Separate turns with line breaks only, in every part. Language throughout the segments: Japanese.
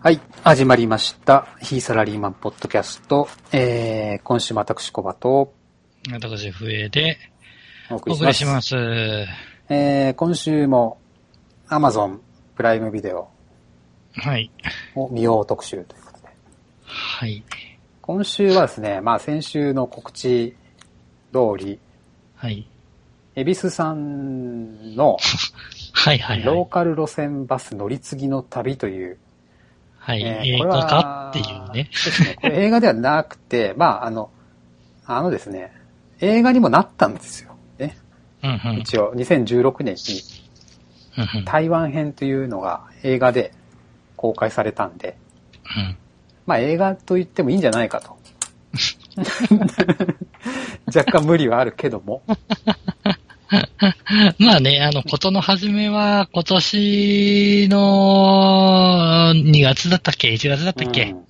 はい。始まりました。非サラリーマンポッドキャスト。えー、今週も私コバと
私、笛で、
お送
お
りし
送
ま
り
す。
します。は
えー、今週も Amazon プライムビデオ
い。
を見よう特集ということで。
はい。
今週はですね、まあ先週の告知通り、
はい。
恵比寿さんの
はい、はい、は
ロー
い。
カル路線バス乗り継ぎの旅という、
はい。
えー
映
これ
画
は
化っていうね。
ですねこれ映画ではなくて、まああの、あのですね、映画にもなったんですよ。ね、
うん、うん。うん
一応2016年に
うん、
台湾編というのが映画で公開されたんで、
うん。
まあ映画と言ってもいいんじゃないか と。若干無理はあるけども。
まあね、あの、ことの始めは、今年の2月だったっけ ?1 月だったっけ、
うんうん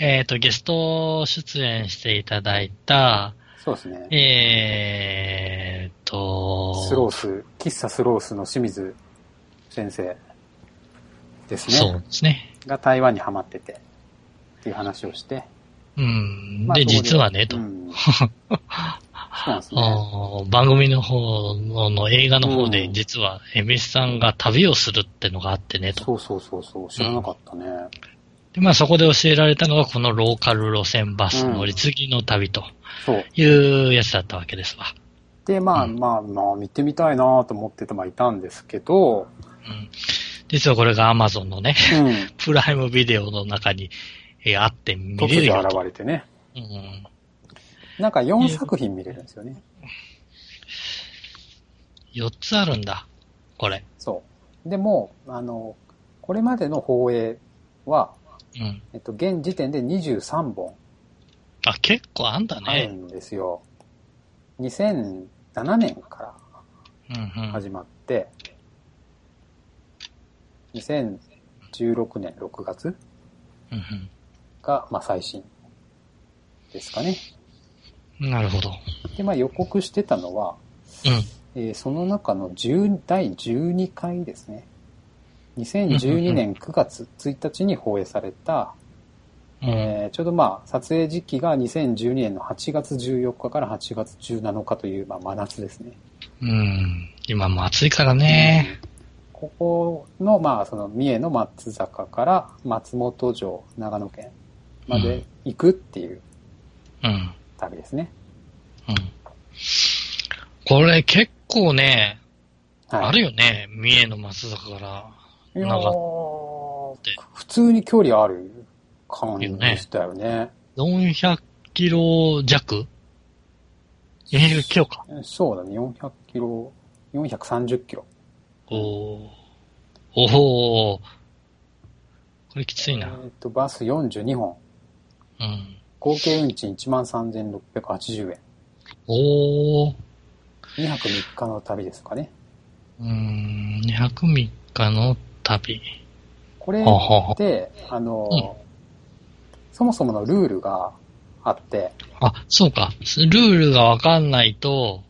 えっ、と、ゲスト出演していただいた、
そうですね。
えーと、
スロース、喫茶スロースの清水先生です
そ
ね
う。ですね。
が台湾にハマってて、っていう話をして。
うん。
まあ
で、
そこ
実はね、と。
うんそうなんですね。
あー番組の方のの映画の方
う
で、
ん
実は、エビスさんが旅をするってのがあってね、と。
そうそうそうそう、知らなかったね。
で、まあそこで教えられたのが、このローカル路線バス
うん
乗り継ぎの旅と
そう。
いうやつだったわけですわ。
で、まあ
うん
まあまあ見てみたいなと思っててまあいたんですけど、
うん。実はこれが Amazon のね、
うん。
プライムビデオの中に、えーあって見
突
れる
如
よと。
現れてね。
うん。
なんか4作品見れるんですよね。
4つあるんだ。これ。
そう。でも、あの、これまでの放映は、
うん。
えっと、現時点で23本
あ、結構あんだ
ある
ね。
んですよ。2007年か
うんう
ら
ん。
始まって、2016年6月
うん
が、まあ、最新ですかね。
うん。なるほど。
で、まあ、予告してたのは、
うん。
えーその中の10第12回ですね。2012年9月1日に放映された、
うん
えーちょうどまあ撮影時期が2012年の8月14日から8月17日という、まあ、真夏ですね。
うん。今も暑いからね。
ここのまあその三重の松坂から松本城長野県まで行くっていう
うん。
旅ですね。
うん。これ結構ね、
はい、
あるよね。三重の松坂から。
いやー
て
普通に距離ある感じでしたよね。
400キロ弱え0キロか。
そうだね、400キロ、430キロ。
おー。おー。これきつい
え
な。
っと、バス42本。
うん。
合計運賃13,680円。
おー。
2泊3日の旅ですかね。
うーん。200日の旅。
これ
ははは
で、あのー、そもそものルールがあって、
あ、そうか。ルールがわかんないと、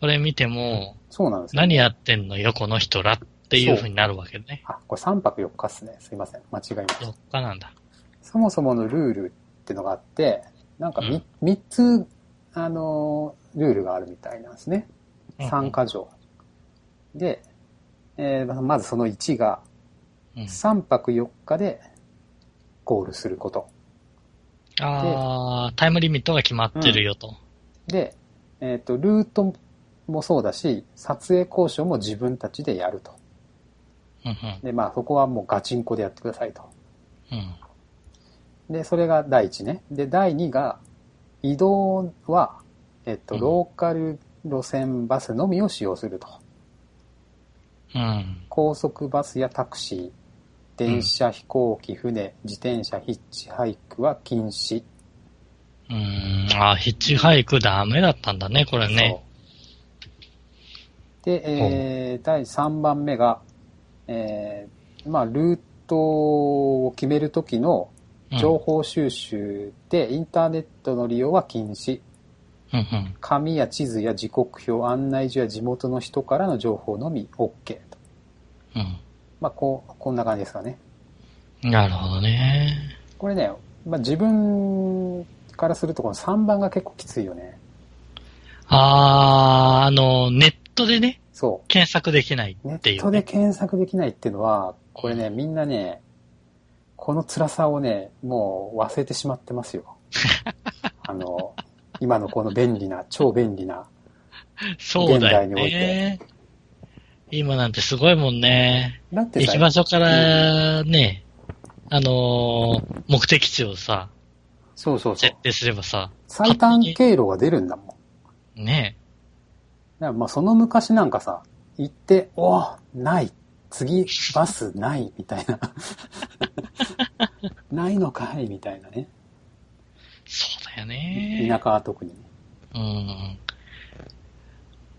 これ見ても、
そうなんですよ。
何やってんのよ、この人らっていう風になるわけね。
あ、これ3泊4日っすね。すいません。間違えました。
4日なんだ。
そもそものルールってのがあって、なんか 3, 三つ、あのー、ルールがあるみたいなんですね。3
回。
箇条。で、えーまずその1が、
うん
3泊4日でゴールすること。
ああ、タイムリミットが決まってるよと。
で、えっ、と、ルートもそうだし、撮影交渉も自分たちでやると。
うんうん
で、まあ、そこはもうガチンコでやってくださいと。
うん
で、それが第一ね。で、第二が、移動は、えっ、と、
うん
ローカル路線バスのみを使用すると。
うん
高速バスやタクシー、電車、飛行機、船、自転車、ヒッチハイクは禁止。
うんあーヒッチハイクダメだったんだね、これね。
そう。で、えー第3番目が、えーまあ、ルートを決めるときの
うん
情報収集で、インターネットの利用は禁止。
うんうん
紙や地図や時刻表、案内所や地元の人からの情報のみ OK と。
うん
まあ、こう、こんな感じですかね。
なるほどね。
これね、まあ、自分からするとこの3番が結構きついよね。
あー、あの、ネットでね、
そ
検索できないっ
う。ネ
てい
ッ
う、
トで
ね。
検索できないっていうのは、これね、みんなね、この辛さをね、もう忘れてしまって ますよ。あの、今のこの便利な、超便利な。
そうだよ
現代におい
ね。今なんてすごいもんね。
だって
行
さ
き、場所からね、あのー目的地をさ、
そうそうそう
設。定すればさ、
最短経路が出るんだもん。だか
ね
らまあその昔なんかさ、行って、おーない。次、バスない、みたいな。 ないのかい、みたいなね。
そうだよ
田
ね。
舎は特にね。
うん。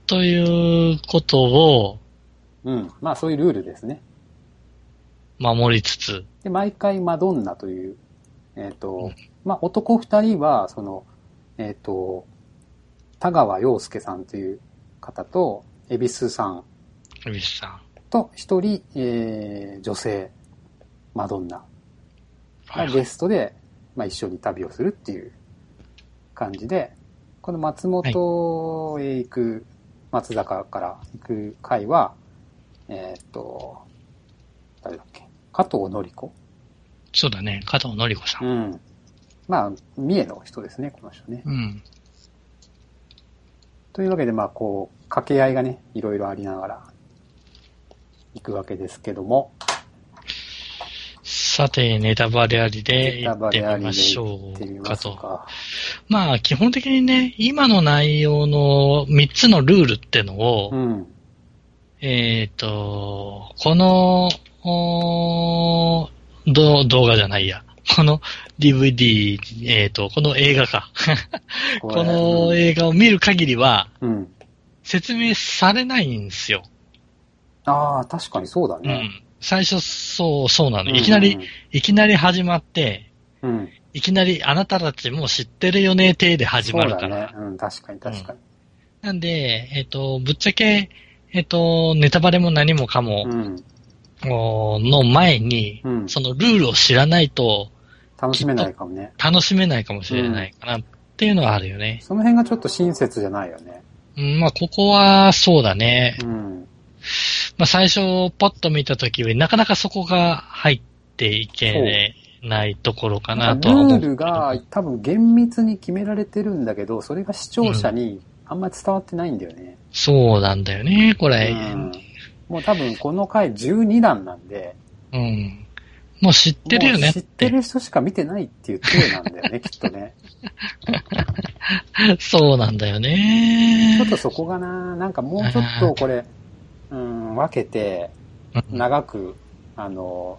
ということを
うん。まあそういうルールですね。
守りつつ、
で、毎回マドンナという、えっ、
う
と
ん、
まあ男二人は、その、えっ、と、田川洋介さんという方と、恵比寿さん
ルビスさん。
と一人、えー女性、マドンナ
はい
が
はい
ゲストで、まあ、一緒に旅をするっていう感じで、この松本へ行く、松坂から行く回は、えーっと、誰だっけ、加藤のり子
そうだね。加藤のりこさ。
うんん。まあ、三重の人ですね、この人ね。
うん。
というわけで、まあ、こう、掛け合いがね、いろいろありながら、行くわけですけども、
さて、ネタバレありで行ってみまし
行
ょ
ってみ
う
ま
か
す
と。
か。
まあ、基本的にね、今の内容の3つのルールってのを、
うん。
えっ、と、この、おーど動画じゃないや。この DVD、えっ、と、この映画か。
こ
この映画を見る限りは、
うんうん。
説明されないんですよ。
ああ、確かにそうだ
う
ね。
ん。最初、そう、そうな
うん
の。いきなり、、いきなり始まって、
うん。
いきなりあなたたちもう知ってるよね、体で始まるか
そうだ
ら。
ね。うん、確かに確かに。
なんで、えっ、と、ぶっちゃけ、えっ、と、ネタバレも何もかも
う、ん。
おーの前に、
うん。
そのルールを知らないと
楽しめないかもね。
楽しめないかもしれないかなっていうのはあるよね。
その辺がちょっと親切じゃないよね。
うん、まあ、ここはそうだね。
うん。
まあ、最初、パッと見たとき、なかなかそこが入っていけないところかなとは思
ル
う
ー
けど。
ルが多分厳密に決められてるんだけど、それが視聴者にあんまり伝わってないんだよね。
そうなんだよね、これ。
うんもう多分この回12弾なんで、
うん。もう知ってるよ
も
ね
う
っ
知って
て。
る人しか見てないっていう体なんだよね、きっとね。
そうなんだよね
ちょっ。とそこがな、なんかもうちょっとこれ、うん、分けて、
うん
長く、あの、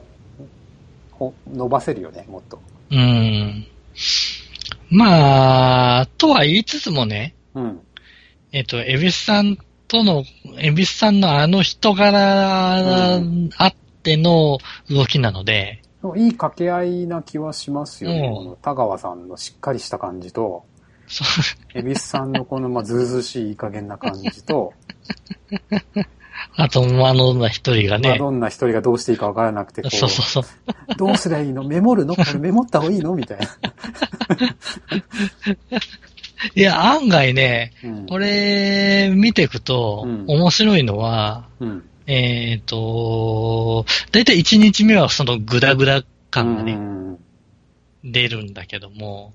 ほ伸ばせるよね、もっと。
うん。まあ、とは言いつつもね、
うん。
えっ、と、エビスさんとの、エビスさんのあの人柄
うん
あっての動きなので、
いい掛け合いな気はしますよね。
うん
この田川さんのしっかりした感じと、
そ
恵比寿さんのこのまあずうずうしいいい加減な感じと、
あと、マドンナ一人が
まあ
ね、
どんな一人がどうしていいかわからなくて、こ
そうそう
う、
そう。
どうすりゃいいのメモるのこれメモった方がいいのみた いな。
いや、案外ね、
うん。
これ、見ていくと、
うん
面白いのは、
うん。
えっ、と、だいたい1日目はそのグダグダ感がね、
うん
出るんだけども、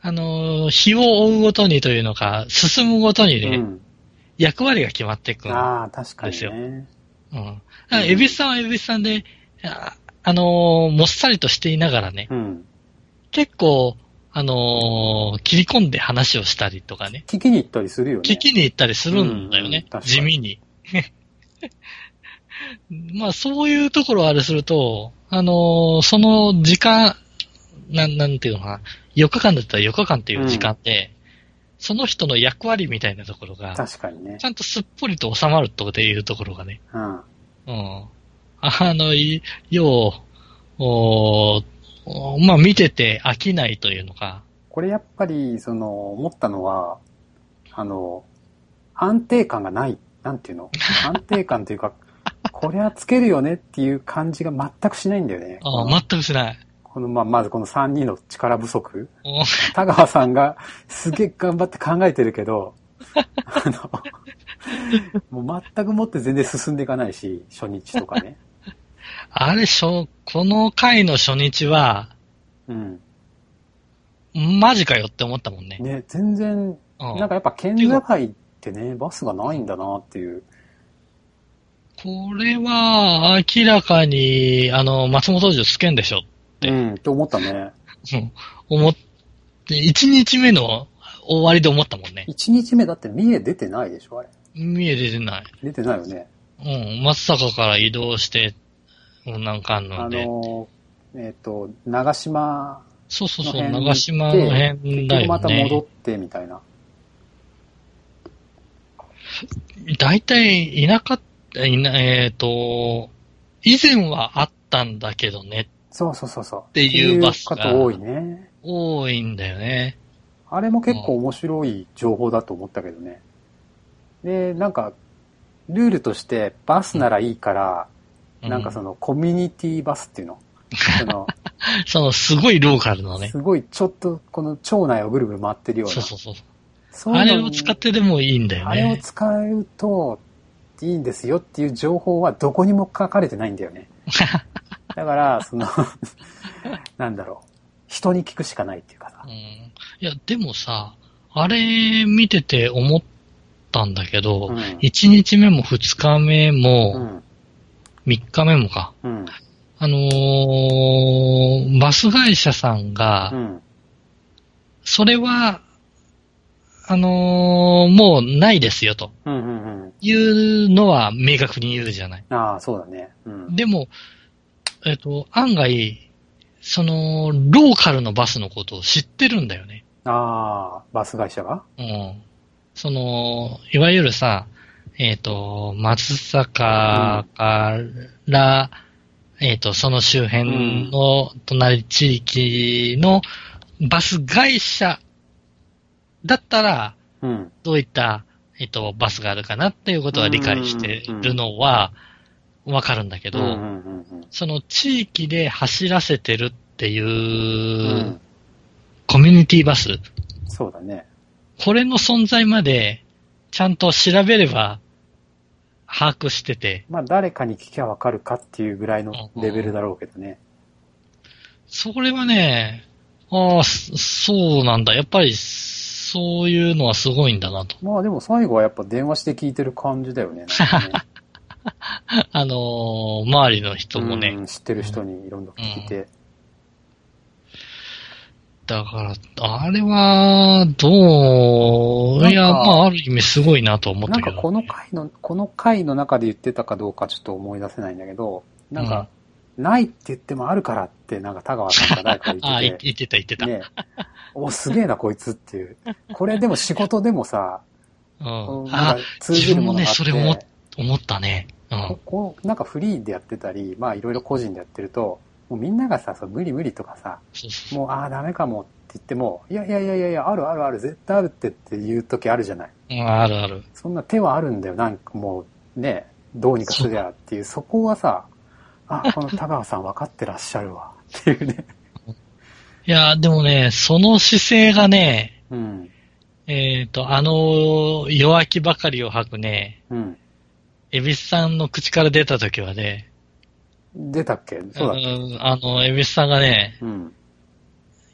あの、日を追うごとにというのか、進むごとに
う
ね、
ん。
役割が決まっていくの。
ああ、確かに
ですよ
ね。
うん。あエビスさんはエビスさんで、ああのーもっさりとしていながらね、
うん。
結構、あのー切り込んで話をしたりとかね、
聞きに行ったりするよね。
聞きに行ったりするんだよ
うん
ね、
確かに
地味に。 まあ、そういうところはあれすると、あのーその時間、なん、なんていうのかな、4日間だったら4日間っていう時間で、その人の役割みたいなところが、
確かにね
ち。ゃんとすっぽりと収まるというところがね、
うん。
うん。あの、いよう、おーおーまあ見てて飽きないというのか。
これやっぱり、その、思ったのは、あの、安定感がない。なんていうの安定感というか、これはつけるよねっていう感じが全くしないんだよね。
あ
この
あ全くしない。
このまあ、まずこの3人の力不足。
お
田川さんがすげえ頑張って考えてるけど、あの、もう全くもって全然進んでいかないし、初日とかね。
あれ、しょ、この回の初日は、
うん。
マジかよって思ったもんね。
ね、全然、
うん
なんかやっぱ県境ってね、バスがないんだなっていう。
これは、明らかに、あの、松本城つけんでしょ。で
うん、って思ったね。
うん思って、1日目の終わりで思ったもんね。
1日目だって三重出てないでしょ、あれ。
見えてない。
出てないよね。
うん、松坂から移動して、うんなんかあん
あ
ので。
の、えっ、と、長島
そうそう
の
そう、
辺に行って
長島の辺
結
だ
局ま
よ
た戻っ
ね。
てみたいな。
大体、田舎、いなえっ、と、以前はあったんだけどね、
そうそうそうそう。って
いうバスが
ていう方多いね。
多いんだよね。
あれも結構面白い情報だと思ったけどね。で、なんか、ルールとしてバスならいいから、
う
なんかそのコミュニティバスっていうの。その、
そのすごいローカルの ね。
すごいちょっとこの町内をぐるぐる回ってるような。
そうそうそう。
そう
あ
いう
れ
の
を使ってでもいいんだよ
あれを
ね。
使うといいんですよっていう情報はどこにも書かれてないんだよ ね。だから、その、 なんだろう。人に聞くしかないっていうかさ
うん。。いや、でもさ、あれ見てて思ったんだけど、
うん
1日目も2日目
う
も
ん。
3日目もか。
うん。
あのーバス会社さんが、
うん。
それは、あのーもうないですよと
うん。うん。うん。
いうのは明確に言うじゃない。
ああ、そうだね。うん。
でも、えっ、と、案外、その、ローカルのバスのことを知ってるんだよね。
ああ、バス会社が
うん。その、いわゆるさ、えっ、と、松坂から、えっ、と、その周辺の隣地域のバス会社だったら、
うん。
どういった、えっ、と、バスがあるかなっていうことは理解してるのは、わかるんだけど、
うんうんうん
その地域で走らせてるっていう、
うん。うん。
コミュニティバス、
そうだね。
これの存在まで、ちゃんと調べれば、把握してて、
まあ、誰かに聞きゃわかるかっていうぐらいのレベルだろうけどね。
それはね、ああ、そそうなんだ。やっぱり、そういうのはすごいんだなと。
まあ、でも最後はやっぱ電話して聞いてる感じだよね。なんかね
あのー周りの人もね。
うん知ってる人にいろんなこと聞いて。
だから、あれは、ど
なん
う、
か
いや、まあ、ある意味すごいなと思っ
な
た
ん
けど。
かこの回の、この回の中で言ってたかどうかちょっと思い出せないんだけど、なんか、ないって言ってもあるからって、なんか田川さんが誰か
ああ、
言
い
って
言ってた、言っ
て、
てた。
ね、お、すげえなこいつっていう。これでも仕事でもさ、
うん
こう。な
あ
んか、通じるものがあって、
自分もね思ったね。うん
こ。こうなんかフリーでやってたり、まあいろいろ個人でやってると、もうみんながさ、そう無理無理とかさ、
そうそう
もうああダメかもって言っても、いやいやいやいやいや、あるあるある、絶対あるってって言う時あるじゃない。
うんあるある。
そんな手はあるんだよ。なんかもうね、どうにかすりゃっていう、そこはさ、あ、この田川さん分かってらっしゃるわ。っていうね。
いやー、でもね、その姿勢がね、
うん。
えっ、と、あの、弱気ばかりを吐くね、
うん。
エビスさんの口から出た時はね、
出たっけそうだっけ
うんあの、エビスさんがね、
うん。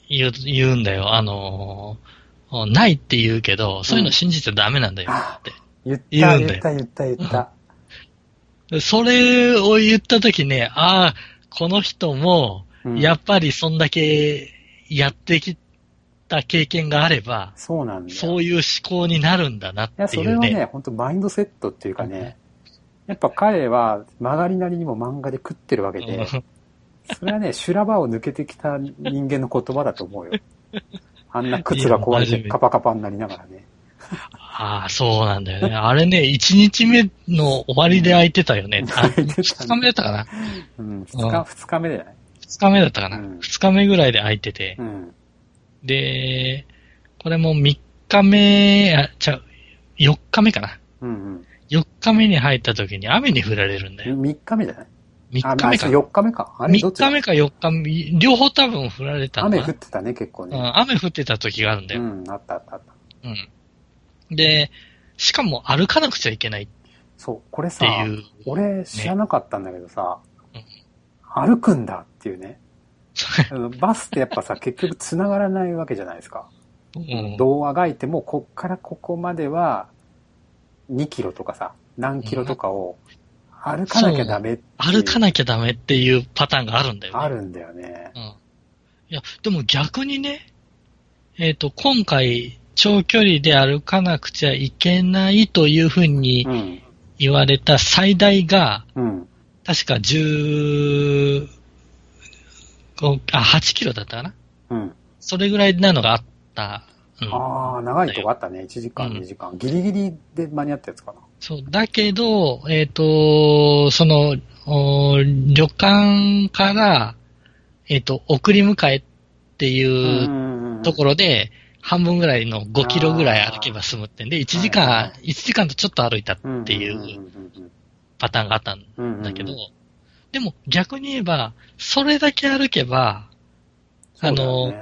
言う、言うんだよ。あのーないって言うけど、そういうの信じちゃダメなんだよって。
言った、
言うん
言
だ
っ
よ
た、言った、言った。
でそれを言った時ね、ああ、この人も、
うん
やっぱりそんだけやってきた経験があれば、
そうなんだよ。
そういう思考になるんだなっ
いや、
て
そ
い
れは
うね。
ね、本当マインドセットっていうかね、やっぱ彼は曲がりなりにも漫画で食ってるわけで、それはね、修羅場を抜けてきた人間の言葉だと思うよ。あんな靴が壊れ
い
て
や
カパカパになりながらね。
ああ、そうなんだよね。あれね、1日 目の終わりで空いてたよね。あ
空いてたね
2日目だったかな
うん、二日、二日目じゃない
?2 日目だったかな、
うん
?2 日目ぐらいで空いてて
う。ん。
で、これも3日目、あ、ちゃう、4日目かな
うんうん。
4日目に入った時に雨に降られるんだよ。
3日目じゃない
3日目か
あ、。4日目か。あれど
3
っちだ
日目か4日目、両方多分降られたんだ
雨
な
降ってたね、結構
う
ね。
ん、雨降ってた時があるんだ
う
よ。
ん、あったあったあった。
うん。で、しかも歩かなくちゃいけないっ
そう、これさ
て、いう。
俺知らなかったんだけどさ、
ね
歩くんだっていうね。あのバスってやっ ぱさ、結局繋がらないわけじゃないですか。
うん。
どうあがいても、こっからここまでは、2キロとかさ、何キロとかを歩かなきゃダメっていう
歩かなきゃダメっていうパターンがあるんだよ、ね。
あるんだよね
う。ん。いや、でも逆にね、えっ、と、今回、長距離で歩かなくちゃいけないというふうに
うん。
言われた最大が、
うん。
確か10、こうあ、8キロだったかな
うん。
それぐらいなのがあった。うん。
ああ、長いとこあったね。1時間、
うん
2時間。ギリギリで間に合ったやつかな。
そう、だけど、えっ、と、その、お旅館から、えっ、と、送り迎えっていう
うん
ところで、半分ぐらいの5キロぐらい歩けば済むってんで、1時
はい
間
は、
1時間とちょっと歩いたっ
って
いうパターンがあったん
うん
だけど、でも逆に言えば、それだけ歩けば、あの、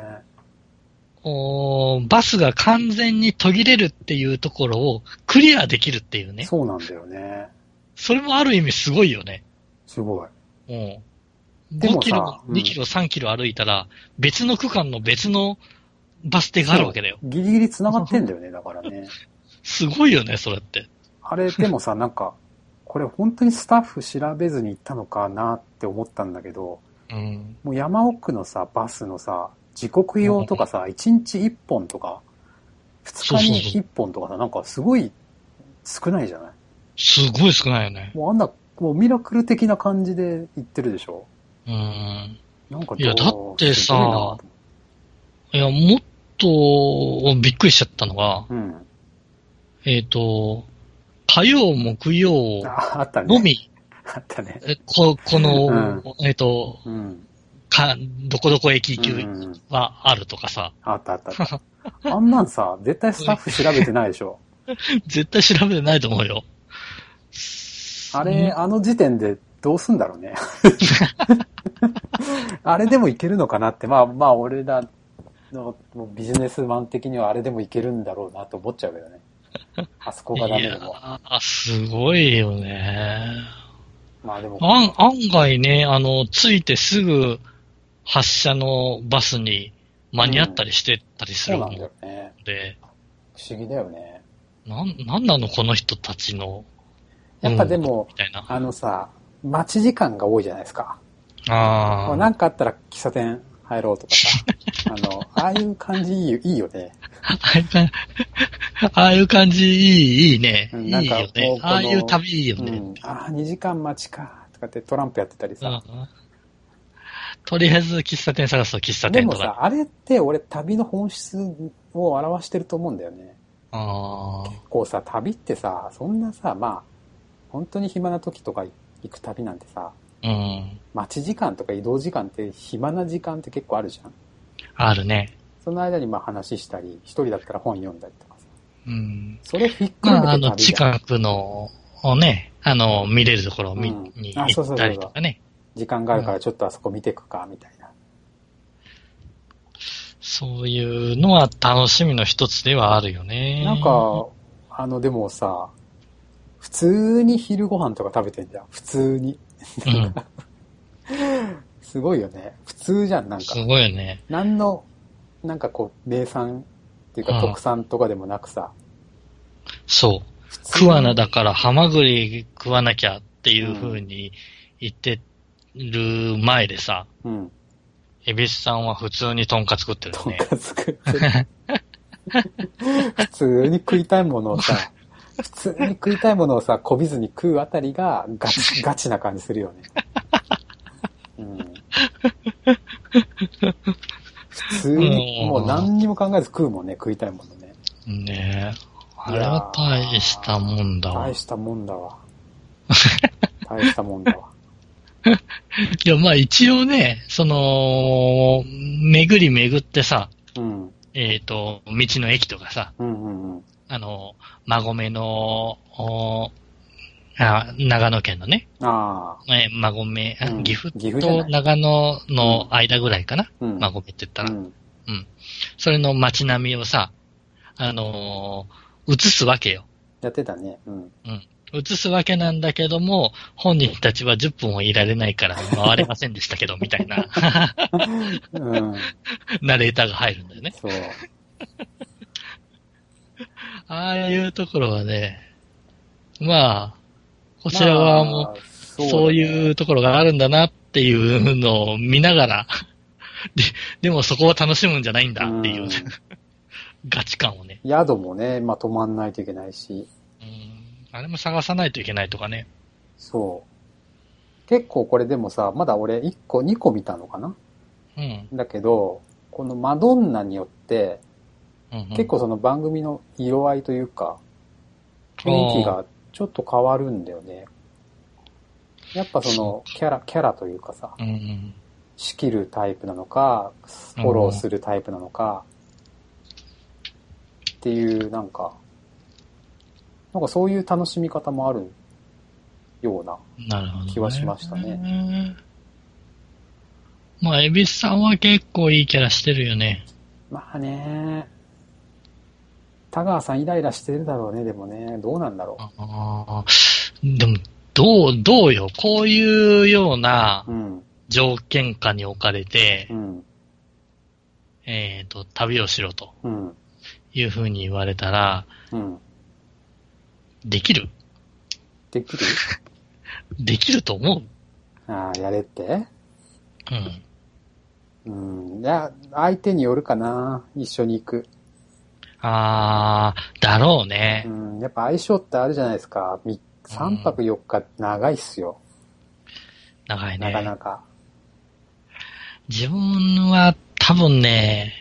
おーバスが完全に途切れるっていうところをクリアできるっていうね。
そうなんだよね。
それもある意味すごいよね。
すごい。
うん。
でもさ
5キロ、
うん
2キロ、3キロ歩いたら、別の区間の別のバス停があるわけだよ。
ギリギリ繋がってんだよね、だからね。
すごいよね、それって。
あれ、でもさ、なんか、これ本当にスタッフ調べずに行ったのかなって思ったんだけど、
うん。
もう山奥のさ、バスのさ、時刻用とかさ、1日1本とか、2日に1本とかさ、なんかすごい少ないじゃない
すごい少ないよね。
もうあんな、もうミラクル的な感じで行ってるでしょ
うん。
なんかどう
いやだってさ
すごいなと思って
いや、もっと、びっくりしちゃったのが、
うん。
えっ、と、火曜、木曜
ああったね。
のみ、
あったね。
えここの、
うん
えっ、と、
うん。
か、どこどこ駅行き
うんうん
はあるとかさ、
あったあったあった。あんなんさ、絶対スタッフ調べてないでし ょ。
絶対調べてないと思うよ。
あれ、あの時点でどうすんだろうね。 あれでもいけるのかなって、まあまあ俺らのもうビジネスマン的にはあれでもいけるんだろうなと思っちゃうけどね。あそこがダメ
い
で
や
も。
ー、すごいよね。
まあでも、
あん案外ね、あの、着いてすぐ発車のバスに間に合ったりしてたりす
そ
る
うな
も
ん
ん
だよね。
で、
不思議だよね。
なん、なんなのこの人たちの。
やっぱでも
うんみたいな。
あのさ、待ち時間が多いじゃないですか。
あ
なんかあったら喫茶店入ろうとかさ。あの、ああいう感じいいよいいよね。
あ。ああいう感じああいう感じ、いい、いいね。
うん
いい
なん
よ
かこう
ね。
この
ああいう旅いいよ
う
ね。
ん。ああ、2時間待ちか。とかってトランプやってたり
う
さ。
んとりあえず喫茶店探そう、喫茶
で
店
も
とか。
さ、あれって俺旅の本質を表してると思うんだよね。
あー
こうさ、旅ってさ、そんなさ、まあ、本当に暇な時とか行く旅なんてさ、
うん。
待ち時間とか移動時間って暇な時間って結構あるじゃん。
あるね。
その間にまあ話したり、一人だったら本読んだりとかさ。
うん。
それひっくるめ
まあ、あ
て
の、
旅だ、
近くの、をね、あの、見れるところを見、
うん
に
あそうそう
行
そうそう
ったりとかね。
時間があるからちょっとあそこ見てくか、みたいな。
そういうのは楽しみの一つではあるよね。
なんか、あの、でもさ、普通に昼ご飯とか食べてんじゃん。普通に。
うん、
すごいよね。普通じゃん、なんか
す。ごいよね。
何の、なんかこう、名産っていう
う
か
ん
特産とかでもなくさ、
そう。
普通に
食わなだからハマグリ食わなきゃっていう風に言ってる前でさ、
うん。
エビスさんは普通にトンカツ食ってるよ
とん
ね。
かつく。 普通に食いたいものをさ、 普通に食いたいものをさ、こびずに食うあたりがガ チ、ガチな感じするよね。うん。普通に、
うん
もう何にも考えず食うもんね、食いたいものね。
ねえ。あれは大したもんだわ。
大
い
したもんだ わ。大したもんだわ。
や、まあ一応ね、その、巡り巡ってさ、
うん。
えっ、と、道の駅とかさ、
うんうんうん。
あの、馬込の、おあ長野県のね、
ああ。
えー馬込、あ
うん
岐阜
岐阜じゃな
と
い
長野の間ぐらいかな、
うん。
馬込って言ったら、
うん。
それの街並みをさ、あのー映すわけよ。
やってたね。うん。
映すわけなんだけども、本人たちは10分もいられないから回れませんでした けど、みたいな
うん。
ナレーターが入るんだよね。
そう。
ああいうところはね、まあ、こちらはもう、
まあ
そう,、
うだ
い
ね。
うところがあるんだなっていうのを見ながら、 で、でもそこを楽しむんじゃないんだっていう、
うん
ガチ感をね、
宿もね、まあ、泊まんないといけないし。
うんあれも探さないといけないとかね。
そう。結構これでもさ、まだ俺1個、2個見たのかな
うん。
だけど、このマドンナによって、
うんうん
結構その番組の色合いというか、雰囲気がちょっと変わるんだよね。やっぱそのキャラ、キャラというかさ、
うんうん。
仕切るタイプなのか、フォローするタイプなのか、っていうなんか、なんかそういう楽しみ方もあるような。
なるほど、ね。
気はしましたね。
まあ、エビスさんは結構いいキャラしてるよね。
まあね、田川さんイライラしてるだろうね、でもね、どうなんだろ
ああー。でも、どう、どうよ。こういうような
う。うん、
条件下に置かれて
う、ん、
えっ、と、旅をしろと
うん、
いうふうに言われたら、
うん。
できる
できる
できると思う
ああ、やれって
うん。
うん。いや、相手によるかな。一緒に行く。
あー、だろうね
う。ん。やっぱ相性ってあるじゃないですか。み三泊四日長いっすよ。
長い
なか
ね。
なか。
自分は多分ね、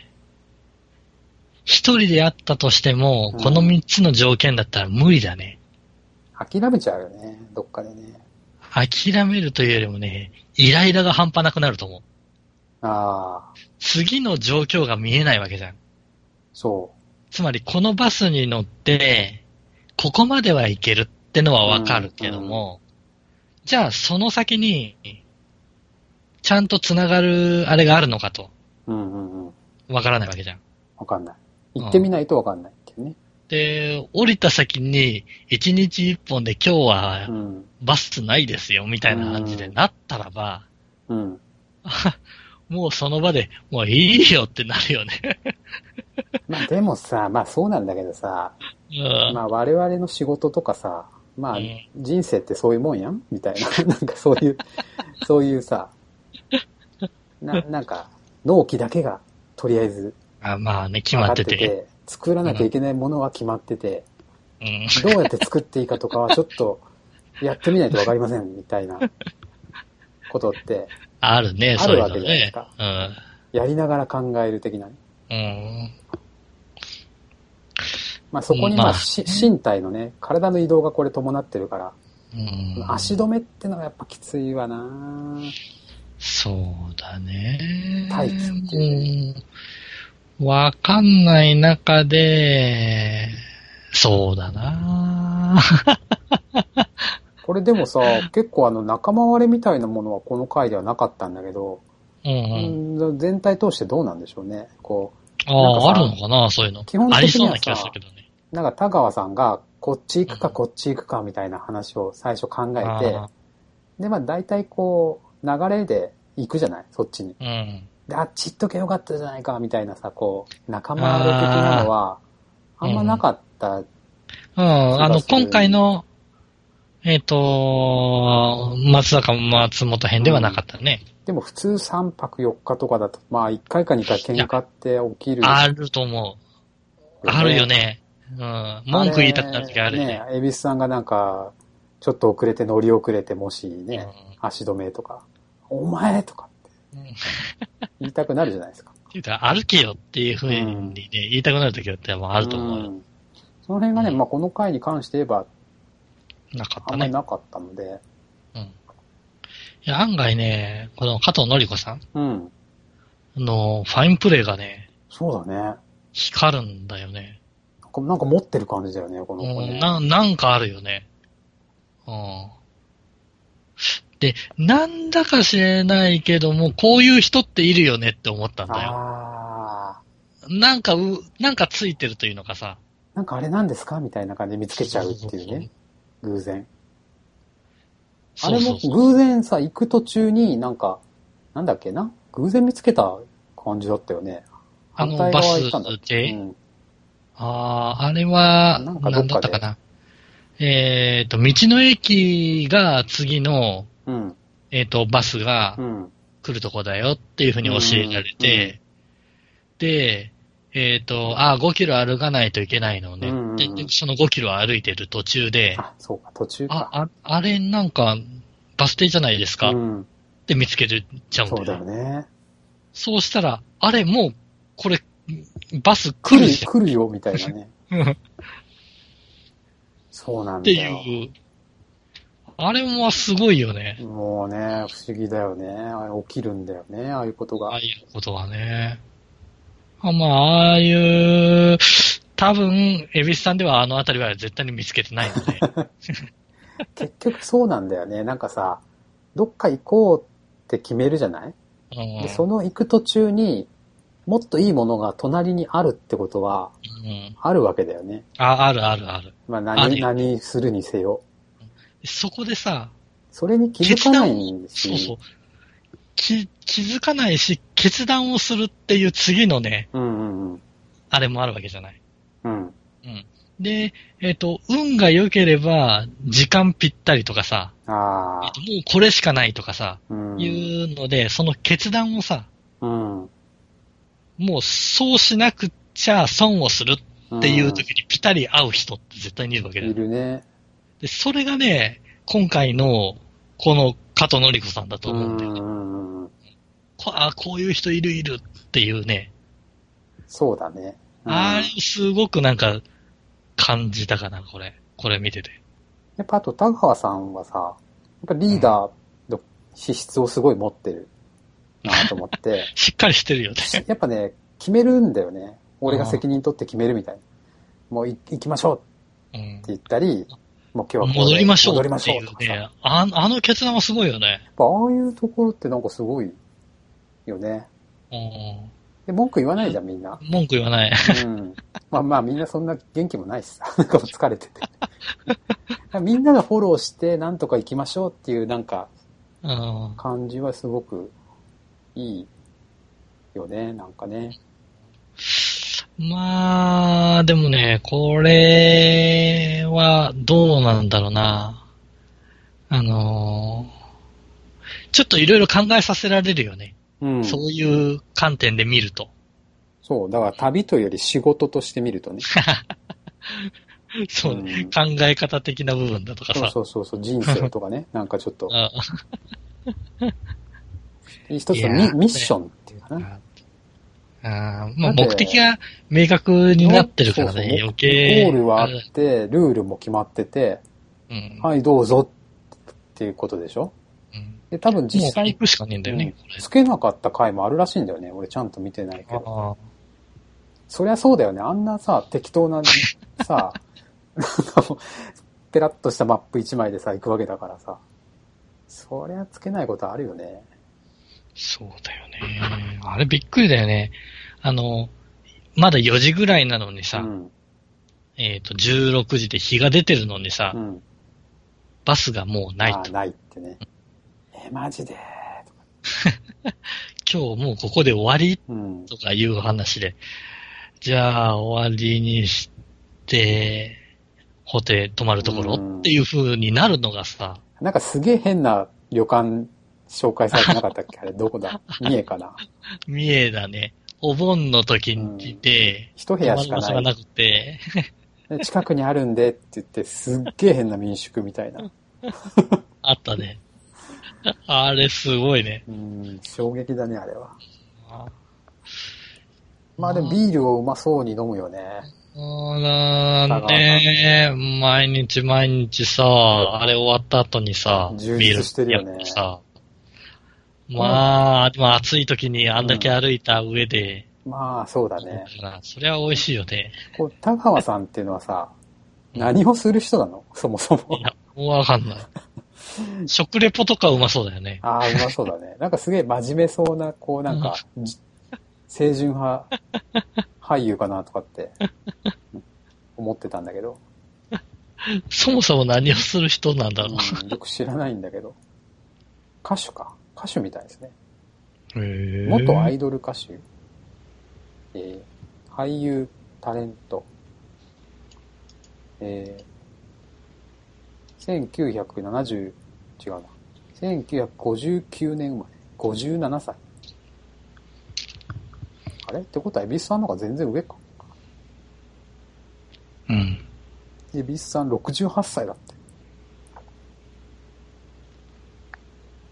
一人であったとしても、
うん
この三つの条件だったら無理だね。
諦めちゃうよね。どっかでね。
諦めるというよりもね、イライラが半端なくなると思う。
ああ、
次の状況が見えないわけじゃん。
そ
つまり、このバスに乗って、ここまでは行けるってのはわかるけども、じゃあ、その先に、ちゃんと繋がるあれがあるのかと、
う。うんうんうん。
わからないわけじゃん。
わかんない。行ってみないとわかんないっていうね。
で、降りた先に、一日一本で今
う
日は
ん。
バスないですよ、みたいな感じで
うん
なったらば、
うん。
もうその場で、もういいよってなるよね。
まあでもさ、まあそうなんだけどさ、
うん
まあ我々の仕事とかさ、まあ
うん
人生ってそういうもんやんみたいな。 なんかそういう、そういうさ、な、なんか、納期だけがとりあえず
あまあね、決
分
ま
かっ
っ
て
て
て、
て。
作らなきゃいけないものは決まってて、
うん
どうやって作っていいかとかはちょっとやってみないとわかりませんみたいなことって、
あるね、
あ
そう
る
いう
わ
の
けじゃないです
ね。
か。
うん
やりながら考える的なね。
うん
まあそこに
まあ
まあし身体のね、体の移動がこれ伴ってるから、
うん
足止めってのがやっぱきついわな
そうだね。
タイツってい
うん。わかんない中で、そうだな
これでもさ、結構あの仲間割れみたいなものはこの回ではなかったんだけど、
うんうん。
うん全体通してどうなんでしょうね。こ
あ
なんか
あ、
さ
あるのかなそういうの
基本。的にはさ
ありそうな気がするけどね。
う、なんか田川さんがこっち行くか
うん
こっち行くかみたいな話を最初考えて
あ、
でまあ大体こう流れで行くじゃないそっちに。
ーうん。
で、あっち行っとけよかったじゃないかみたいなさ、こう、仲間割れ的なのは、
あ
あ
ー
んまなかった。
うん。あ
気が
の、
する
今回の、えっ、と、松坂松本編ではなかったね。
でも普通3泊4日とかだと、まあ1回か2回喧嘩って起きる、
あると思う。あるよ。ね。うん。文句言いたくなる時あるよね。
え、恵比寿さんがなんか、ちょっと遅れて乗り遅れて、もしね、
うん
足止めとか、お前とかって
うん
言いたくなるじゃないですか。
っていうか、歩けよっていうふうにね、言いたくなる時だってもう あると思うよ。
んその辺がね、
うん
まあこの回に関して言えば、
なかっ
あ
た
んま
ね
り。なかったので、
うん。いや、案外ね、この加藤のり子さん
うん。
のファインプレーがね、
そうだね。なん
光るんだよね。
かなんか持ってる感じだよね、この子
うん
ね。
ななんかあるよね。うん。で、なんだか知れないけども、こういう人っているよねって思ったんだよ。
ああ、
なんかう、なんかついてるというのかさ。
なんかあれなんですかみたいな感じで見つけちゃうっていうね。偶然。あ
そ
れ
うそ
も
うそう。
偶然さ、行く途中になんか、なんだっけな偶然見つけた感じだったよね。
あの
反対側行ったんだ
バス系
うん。
ああ、あれは、
な
なんん
かどっかで
だったかな。えっ、と、道の駅が次の、
うん。
えっ、と、バスが
うん。
来るとこだよっていうふうに教えられて、で、えっ、と、ああ、5キロ歩かないといけないのね。
うんうんうん
ででその5キロ歩いてる途中で、
あ、そうか、途中か。
あ、ああれなんか、バス停じゃないですか、
う
っ
ん。
て見つけるちゃうんだ
そう
よ。
だよね。
そうしたら、あれもう、これ、バス来
来
る
る、
じ
来るよ、みたいなね。
ゃ ん。っ
そうなん
て
だよ。
いう。あれもすごいよね。
もうね、不思議だよね。あれ起きるんだよね、ああいうこと
ああ
が。
いうことはね。あまあ、ああいう、多分、エビスさんではあのあたりは絶対に見つけてないの で。
結局そうなんだよね。なんかさ、どっか行こうって決めるじゃない
うん
でその行く途中にもっといいものが隣にあるってことは
うん
あるわけだよね。
あ、あるあるある。
まあ
あ
何、
るよ
何するにせよ。
そこでさ、
それに気づかないんです
そうそう
し。。
き、気づかないし、決断をするっていう次のね、
うんうんうん。
あれもあるわけじゃない。
うん。
うん。で、えっ、と、運が良ければ、時間ぴったりとかさ、
ああ。
もうこれしかないとかさ、
うん。
いうので、その決断をさ、
うん。
もうそうしなくちゃ損をするっていう
時
時にぴたり合う人って絶対にいるわけだ
い
よ。
るね。
で、それがね、今回の、この加藤のり子さんだと
う
思うん
ん
だ
う
よね。
んうん。
こあ、こういう人いるいるっていうね。
そうだね。うん
あれ、すごくなんか、感じたかな、これ。これ見てて。
やっぱあと田川さんはさ、やっぱリーダーの資質をすごい持ってるなと思って、
しっかりしてるよね。
やっぱね、決めるんだよね。俺が責任取って決めるみたいな。もうい行きましょう
うん
って。言ったり、もう今日はこれ
戻りましょう
戻りま
っ
してょ
いう
と
う
かさ。やっ
ね。ああの決断はすごいよね。
ぱああいうところってなんかすごいよね。
う
で、文句言わないじゃん、みんな。
ん。文句言わない。
うん。まあまあ、みんなそんな元気もないしさ。 なんか疲れて て。みんながフォローして、なんとか行きましょうっていうなんか
うん。
感じはすごくいいよね、なんかね。
まあ、でもね、これはどうなんだろうな。あのーちょっといろいろ考えさせられるよね。
うん。そ
そ
う
ういう観点で見ると。
だから旅というより仕事として見るとね。
そう、
うん
考え方的な部分だとか
そう
さ。
そうそうそう、人生とか ね。なんかちょっと、
うん
一つ
い
の
や
ミミッションっていうかな。
あーま
だ
あ、
って
目的が明確になってるから
そう
ね、
そう
余計。
ゴールはあって、ルールも決まってて、
うん。
はい、どうぞっていうことでしょ
うん
で、多分実
もう
際
行、くしかねえんだよね、こ
つけなかった回もあるらしいんだよね。俺ちゃんと見てないけ
れ。
ど。
ああ。
そりゃそうだよね。あんなさ、適当な、さ、なんかもうペラッとしたマップ一枚でさ、行くわけだからさ。そりゃつけないことあるよね。
そうだよね。あれびっくりだよね。あの、まだ4時ぐらいなのに
う
さ、
ん。
えっ、と、16時で日が出てるのにさ、
うん。
バスがもうない
まあ
と。
ないってね。え、マジで。
今日もうここで終わり
うん。
とかいう話で。じゃあ、終わりにして、ホテル泊まるところ、
うん
っていう風になるのがさ、
なんかすげえ変な旅館紹介されてなかったっけあれ、どこだ三重かな
三重だね。お盆の時にて、
一部
泊
屋
ま
し
る
か
場所が
な。
ないくて、
で近くにあるんでって言って、すっげえ変な民宿みたいな。
あったね。あれすごいね。
うん、衝撃だね、あれは。
あ
まあでもビールをうまそうに飲むよね。
ーなんで、毎日毎日さ、あれ終わった後にさ、
充実してるよね
ビールやってさ。まあ、でも暑い時にあんだけ歩いた上で、
まあそうだね。
そりゃ美味しいよね。
こう、田川さんっていうのはさ、何をする人なのそもそも
い。や、もうわかんない。食レポとかうまそうだよね。
ああ、うまそうだね。 なんかすげえ真面目そうな、こうなんか、じ清純派俳優かなとかって思ってたんだけど、
そもそも何をする人なんだろ
うんよく知らないんだけど、歌手か。歌手みたいですね。
う。へー
元アイドル歌手、えー俳優、タレント、えー、1970、違うな、1959年生まれ、57歳。あれってことは、エビスさんの方が全然上か。
うん。
エビスさん68歳だって。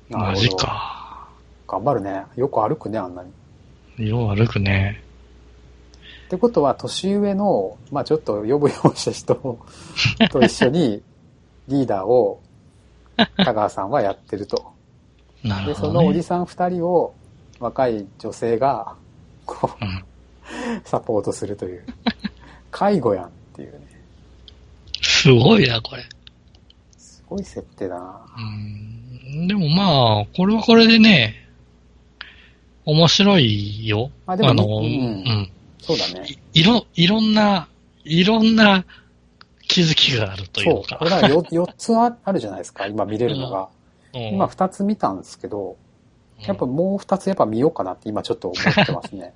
マジ。か。
頑張るね。よく歩くね、あんなに。
色悪くね。
ってことは、年上の、まあちょっと呼ぶようした人 と一緒に、リーダーを、田川さんはやってると。
なる
で、そ
ほ
の
ど、
お
ね
じ。さん二人を、若い女性が、こ
うん
う、サポートするという。介護やんっていうね。
すごいな、これ。
すごい設定だな。
うん。でもまあ、これはこれでね、面白いよ。
あでも
の、
うん
うん。
そうだね。
いろ、いろんな、いろんな気づきがあるとい
そうう。
か
こ。れがよ4つああるじゃないですか、今見れるのが。
うん
今2つ見たんですけど、やっぱもう2つやっぱ見ようかなって今ちょっと思ってますね。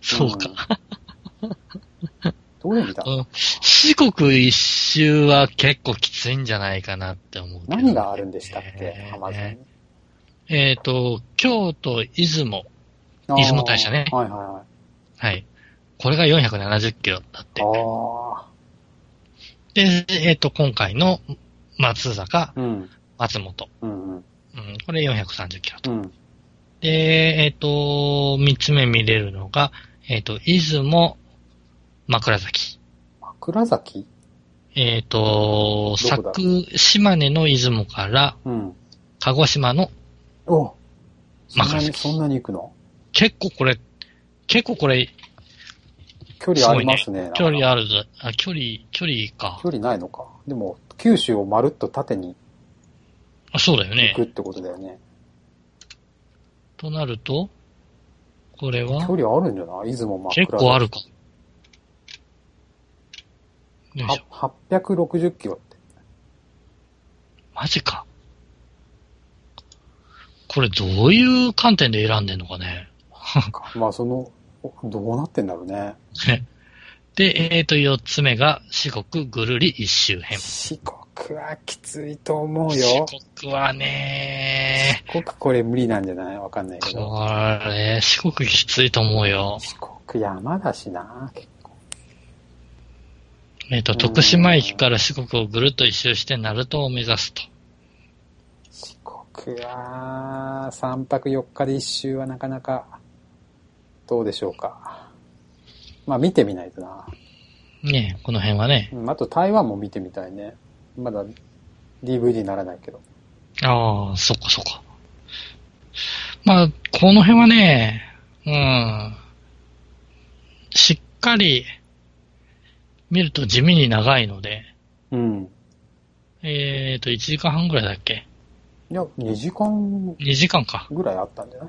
そうか。
うん。どれ見た
うん四国一周は結構きついんじゃないかなって思うけどね、
何があるんでしたっけアマゾンに。
えっ、と、京都、出雲。
あー
出雲大社ね
はいはいはい。
はい。これが470キロだって。
ああ。
で、えっ、と、今回の松坂、
うん。
松本。
うんうん。
うん、これ430キロ
う
と。
ん。
で、えっ、と、三つ目見れるのが、えっ、と、出雲、枕崎。
枕崎
えっ、と、
どこだ
佐久島根の出雲から、
うん。
鹿児島の、
おそんな
枕
に、
崎
そんなに行くの
結構これ、結構これ、
距離ありますね。
距離
あ
あるぞ。あ、距離、距離か。
距離ないのか。でも、九州をまるっと縦に
あそうだよね
行く。ってことだよね。
となると、これは
距離あるんじゃない出雲枕
結
崎。
構あるか。よいしょ。
は。860キロって。
マジか。これどういう観点で選んでんのかね。
まあ、その、おどうなってんだろうね。
で、えっ、と、四つ目が四国ぐるり一周編。
四国はきついと思うよ。
四国はね、
四国これ無理なんじゃないわかんないけど。
これ、四国きついと思うよ。
四国山だしな、結構。
えっ、と、
うん
徳島駅から四国をぐるっと一周して鳴門を目指すと。
四国は、三泊四日で一周はなかなか、どうでしょうか。まあ見てみないとな。
ねえこの辺はね。
うんあと台湾も見てみたいね。まだ DVD ならないけど。
ああ、そっかそっか。まあ、この辺はね、うん。しっかり見ると地味に長いので、
うん。
えっ、と、1時間半ぐらいだっけ
いや、2時間
?2 時間か。
ぐらいあったんじゃない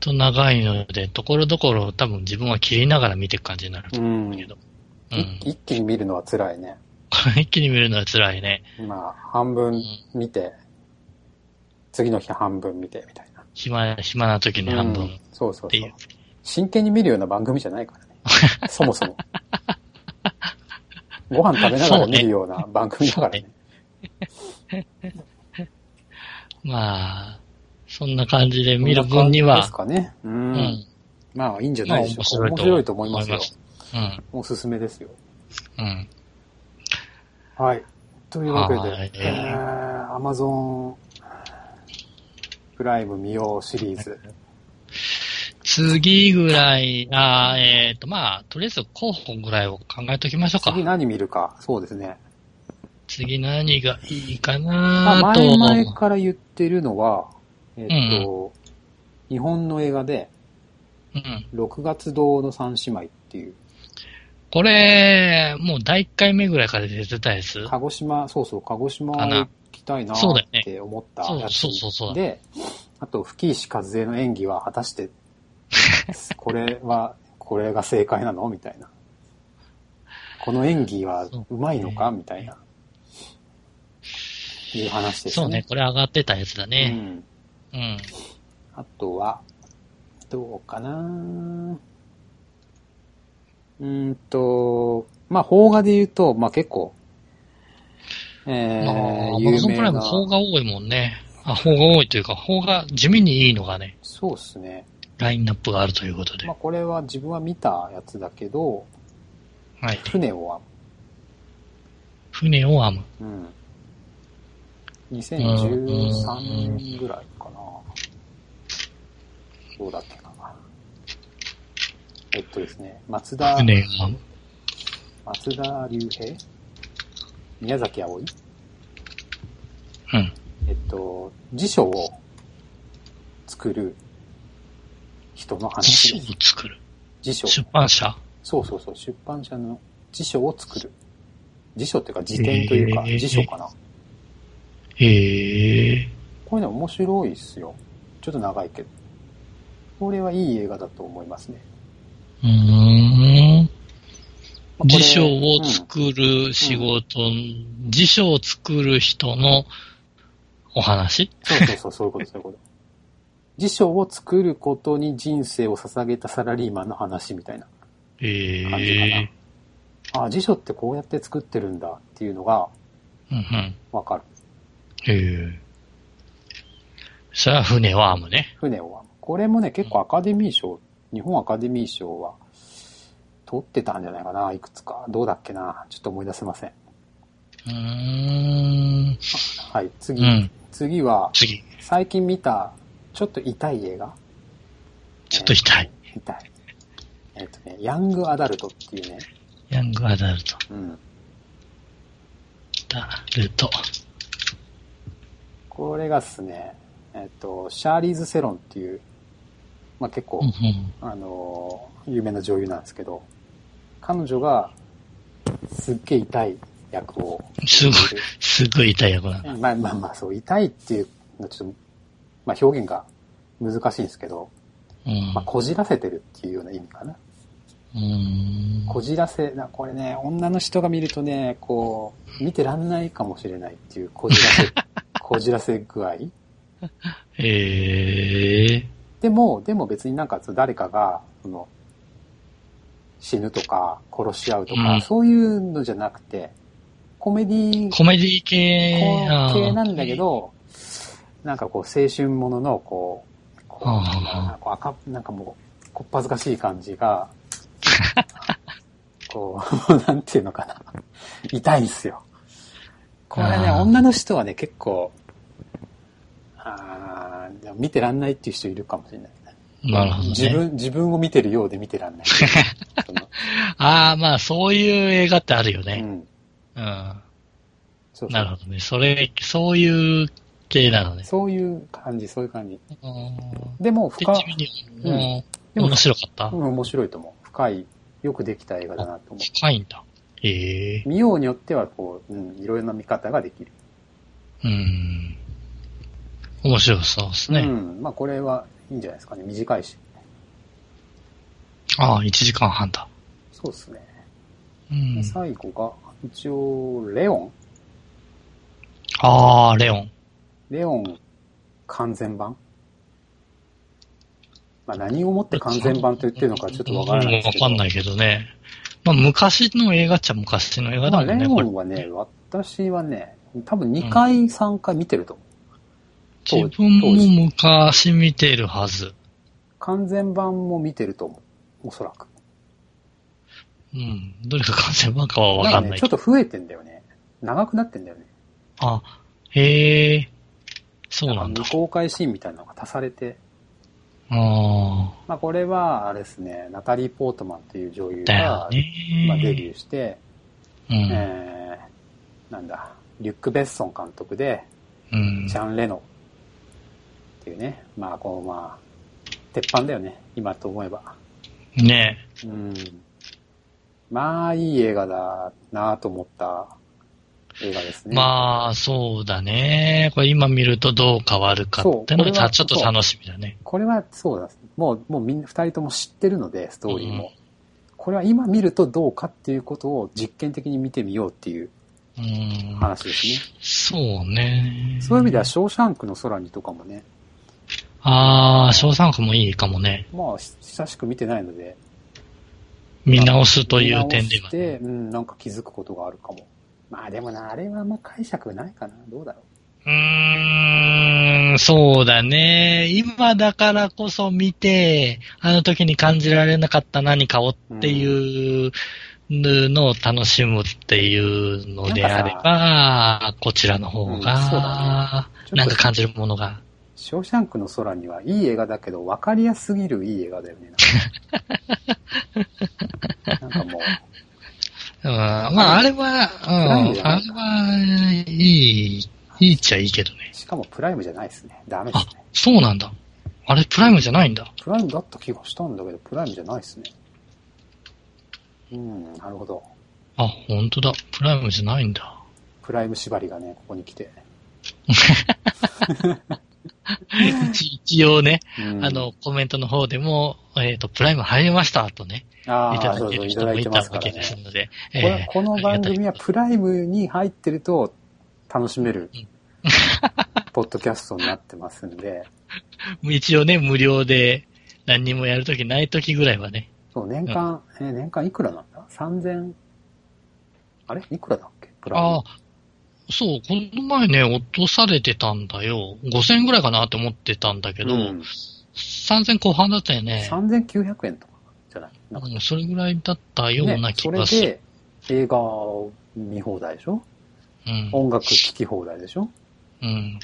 と長いので、ところどころ多分自分は切りながら見ていく感じになると
う
思
ん
うけ。ど。う
い
ん。
一気に見るのは辛いね。
これ一気に見るのは辛いね。
まあ、半分見て、次の日半分見てみたいな。
暇、暇な時に半分
うん
っ
そうそう
て
そ
いう
う。。真剣に見るような番組じゃないからね。 そもそも。ご飯食べながら見るような番組だからね。
まあ、そんな感じで見る分には
です、かね。う。
うんん。
まあ、いいんじゃ
ま
な
あ
いでしょ
面
うか。
白いと
面白いと思いますよ
思いま。すうん。
おすすめですよ。
うん。
はい。というわけ
はい
で、えー Amazon プライム見ようシリーズ。
次ぐらい、あーえっ、と、まあ、とりあえず候補ぐらいを考えときましょうか。
次何見るか。そうですね。
次何がいいか
まあ、
なと。
前々から言ってるのは、えっと、日本の映画で、
うん。
六月堂の三姉妹っていう、
これ、もう第1回目ぐらいから出てたやつ。
鹿児島、そうそう、鹿児島
かな
行きたいな
そうだよ
っ
ね
て思ったやつ
そうそうそうそうだ
で、あと、吹石和恵の演技は果た して、これは、これが正解なのみたいな。この演技はうまいのか
そうね
みたいな。いう話でしたね。
そうね、これ上がってたやつだ
う
ね。
ん。
うん。
あとは、どうかなうーんと、まあ、邦画で言うと、まあ結構、え
まあ、
ー、
アマ
有
ゾン
名
プライム、
な。
法が多いもんね。あ、法が多いというか、法が地味にいいのがね、
そうですね。
ラインナップがあるということで。
まあこれは自分は見たやつだけど、
はい。
船を編
船を編む。
む。うん。2013年ぐらいかな。どうだったかな。えっとですね、松田、
船を編む。
松田龍平宮崎葵
うん。
えっと、辞書を作る人の
辞
話
書
で
を
す。
作る。
辞書。
出版社
そうそうそう、出版社の辞書を作る。辞書っていうか辞典というか、
へー
辞書かな。
へえ。
こういうの面白いっすよ。ちょっと長いけど。これはいい映画だと思いますね。
うー
ま
ん。
あこれ
辞書を作る仕事、辞書を作る人のお話
そうそうそう、そういうこと、そういうこと。辞書を作ることに人生を捧げたサラリーマンの話みたいな。
え
感じか
え。
ああ、辞書ってこうやって作ってるんだっていうのが
うんうん。
わかる。
へえ。それは船を編むね。
船を。これもね、結構アカデミー賞、日本アカデミー賞は取ってたんじゃないかな、いくつか。どうだっけな、ちょっと思い出せません。
うーん。
はい、次。
うん。
次は、
次。
最近見た、ちょっと痛い映画。
ちょっと痛い。
えー痛い。えっ、とね、ヤングアダルトっていうね、
ヤングアダルト。
うん。
アダルト。
これがですね、えっ、と、シャーリーズ・セロンっていう、まあ、結構、
うんうん。
あのー有名な女優なんですけど、彼女が、すっげえ痛い役を、
すごい、すごい痛い役だ。
まあまあまあ、そう、痛いっていうのはちょっと、まあ表現が難しいんですけど、
うん
まあ。こじらせてるっていうような意味かな。
うーん。
こじらせ、なこれね、女の人が見るとね、こう、見てらんないかもしれないっていう、こじら せ、こじらせ具合。
へえ。
でも、でも別になんかその誰かが、その、死ぬとか、殺し合うとか、
うん
そういうのじゃなくて、コメディ
コメディ系あー
系なんだけど、なんかこう青春もののこう、こう
ああ
なんかこう赤なんかもう、こっぱずかしい感じ が、こう、なんていうのかな。痛いんすよ。これね、
ああ
女の人はね、結構、あーでも見てらんないっていう人いるかもしれない。
なるほど、ね。
自分、自分を見てるようで見て らんない。その
ああ、まあ、そういう映画ってあるよ
う
ね。
ん。
うん。
そうそう
なるほどね。それ、そういう系なのね。
そういう感じ、そういう感じ。
うん
でも、
で、
深、
君に
うん
も、
でも
面白かった
うん面白いと思う。深い、よくできた映画だなと思
深いんだ。へえ
う。。見ようによっては、こう、うん、いろいろな見方ができる。
うん。面白そうですね。
うん。まあ、これはいいんじゃないですかね。短いし。
ああ、1時間半だ。
そうですね。
うん
で。最後が、一応、レオン。
ああ、レオン。
レオン完全版。まあ、何をもって完全版と言ってるのかちょっとわからないですけど。
うんわかんないけどね。まあ、昔の映画っちゃ昔の映画
ま
だも
あ、
んね。
レオ
これ
ンはね、私はね、多分2回、3回見てると思う。当
自分も昔見てるはず。
完全版も見てると思う。おそらく。
うん。どれが完全版かはわか
か
んな
ね、
い
ちょっと増えてんだよね。長くなってんだよね。
あ、へえ、そうなんだ。
未公開シーンみたいなのが足されて。
あ
まあこれは、あれですね、ナタリー・ポートマンという女優
あ、だよ
が、まあデ
ね。
ビューして、
うん
えー、なんだ、リュック・ベッソン監督で、
うん
シャン・レノっていうね、まあこうまあ、鉄板だよね、今と思えば。
ね
うん。まあ、いい映画だなと思った映画ですね。
まあ、そうだね。これ今見るとどう変わるかっての
そうこれは
はちょっと楽しみだね。
これはそうだ。もう、もうみんな二人とも知ってるので、ストーリーも。これは今見るとどうかっていうことを実験的に見てみようっていう
うん。
話ですね。
そうね。
そういう意味では、ショーシャンクの空にとかもね、
ああ、小三区もいいかもね。
まあ、久しく見てないので、
見直すという点で
見直
は、
して、
ね。
うん、なんか気づくことがあるかも。まあでもな、あれはあんま解釈ないかな。どうだろ
うーん、そうだね。今だからこそ見て、あの時に感じられなかった何かをっていうのを楽しむっていうのであれば、こちらの方
うんそうだ
が、
う。ちょっと
なんか感じるものが。
ショーシャンクの空にはいい映画だけど、分かりやすすぎるいい映画だよね。なんかなんかもう、
うんまあ、あれは、
暗い
うん
よ
あれは、いい、いいっちゃいいけどね。
しかもプライムじゃないですね。ダメですね。
そうなんだ。あれ、プライムじゃないんだ。
プライムだった気がしたんだけど、プライムじゃないですね。うん、なるほど。
あ、本当だ。プライムじゃないん だ。
プライム縛りがね、ここに来て。
一一応ね、
うん
あの、、コメントの方でも、えっ、と、プライム入りましたとね、
あ
いた
あ、
だ
そう
け
そう、い
る人
ただ
も
い
い
て
た
ますか
わ
ら
け
ね
で。すので、
これこの番組
は、
はプライムに入ってると楽しめる
うん、
ポッドキャストになってますんで、
一応ね、無料で、何にもやるときないときぐらいはね、
そう、年間、えー年間いくらなんだ ?3000、あれいくらだっけプライム。
ああ、そう、この前ね、落とされてたんだよ。5000円ぐらいかなって思ってたんだけど、
うん、
3000後半だったよね。
3900円とかじゃないなんか
うん、それぐらいだったような
ね、
気
そ
が
れ
する。
で映画を見放題でしょ
うん。
音楽聴き放題でしょ
うん。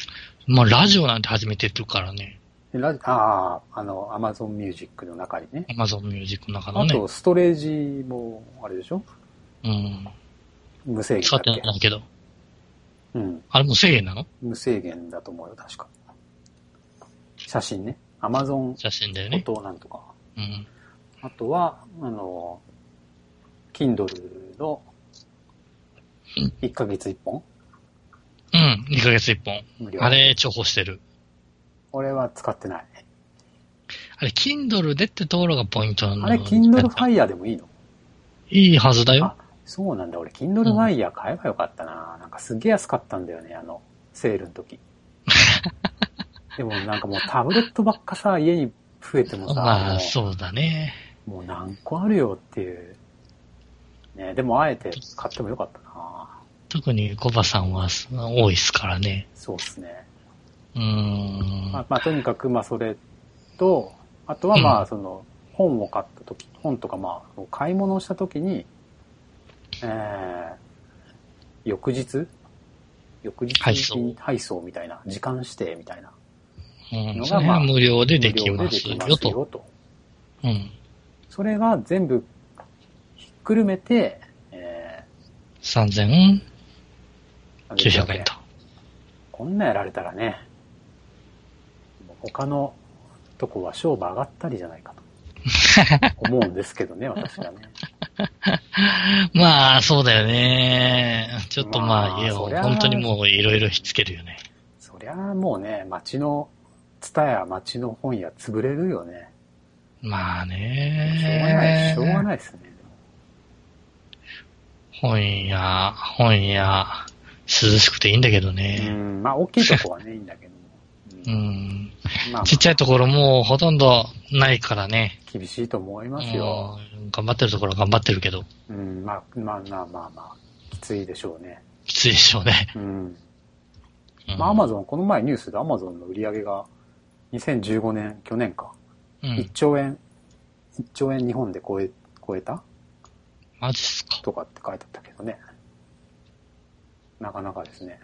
まあ、ラジオなんて始めてるからね。
でラジああ、あの、アマゾンミュージックの中にね。
Amazon Music の中の
あ
ね。
と、ストレージも、あれでしょ
うん。
無制限
使
だ
っ
ってけ
ないけど。
うん。
あれもう制限なの
無制限だと思うよ、確か。写真ね。アマゾン
写真だよね。
音なんとか。
うん。
あとは、あの、Kindle の1ヶ月1本
うん。2ヶ月1本。
無料。
あれ、重宝してる。
俺は使ってない。
あれ、Kindle でってところがポイントなの。
あれ、Kindle Fire でもいいの
いいはずだよ
あ。そうなんだ。俺、Kindle Fire 買えばよかったな。なんかすげえ安かったんだよね、あの、セールの 時。でもなんかもうタブレットばっかさ、家に増えてもさ、
ま
も
あ、
う
そうだね。
もう何個あるよっていう。ね、でもあえて買ってもよかったな
特にコバさんはす多いっすからね。
そうですね。
うーん。
まあ、まあ、とにかく、まあ、それと、あとはまあ、その、本を買った時、本とかまあ、買い物をした時に、えー、翌日翌日
配送
配送みたいな、時間指定みたいな。
う
の
ん。
が
それは無料ででき
無料
ま
ですで
よ
きます
と。
よと。
うん。
それが全部ひっくるめて、え
3900
ー、
円と。
こんなやられたらね、もう他のとこは勝負上がったりじゃないかと 思うんですけどね、私はね。
まあ、そうだよね。ちょっとま
ま
あ、
あ
家
そ
を
りゃ
本当にもういろいろ引っつけるよね。
そりゃあもうね、町の、ツタや町の本屋潰れるよね。
まあ
しょうがない、
ね。
しょうがないですね。
本屋、本屋、涼しくていいんだけど
う
ね。
ん、まあ大きいとこはね、いいんだけども。う
うんん。
まあまあ
ちっちゃいところもうほとんどないからね。
厳しいと思いますよ。
うん頑張ってるところは頑張ってるけど、
うん、まあまあまあまあまあ、きついでしょうね。
きついでしょうね。
うん。
うん
まあアマゾン、この前ニュースでアマゾンの売り上げが2015年、去年か。
う
1
ん。
兆円、1兆円日本で超え、超えた
マジっすか。
とかって書いてあったけどね。なかなかですね。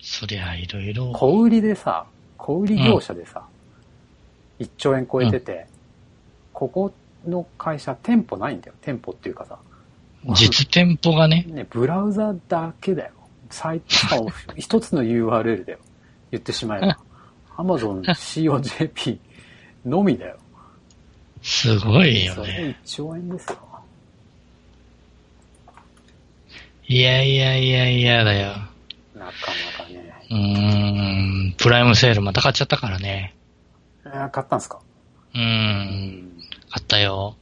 そりゃいろいろ。
小売りでさ、小売り業者でさ、1兆円超えてて、ここの会社店舗ないんだよ。店舗っていうかさ。
実店舗がね。
ね、ブラウザだけだよ。サイト、しかも一つの URL だよ。言ってしまえば。Amazon COJP のみだよ。
すごいよ
それ
ね。
で1兆円ですよ。
いやいやいやいやだよ。
なかなかね。
うーん、プライムセールまた買っちゃったからね。
えー買ったんすか
うー、。
うん
買ったよ。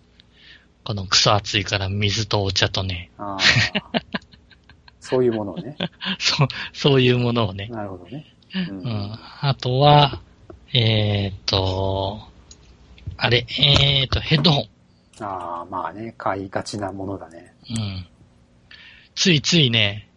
このクソ暑いから水とお茶とね、
ああ。そういうものをね。
そう、そういうものをね。
なるほどね。う
うんん。あとは、えーっと、あれ、えーっと、ヘッドホン。
ああ、まあね、買いがちなものだね。
うん。ついついね、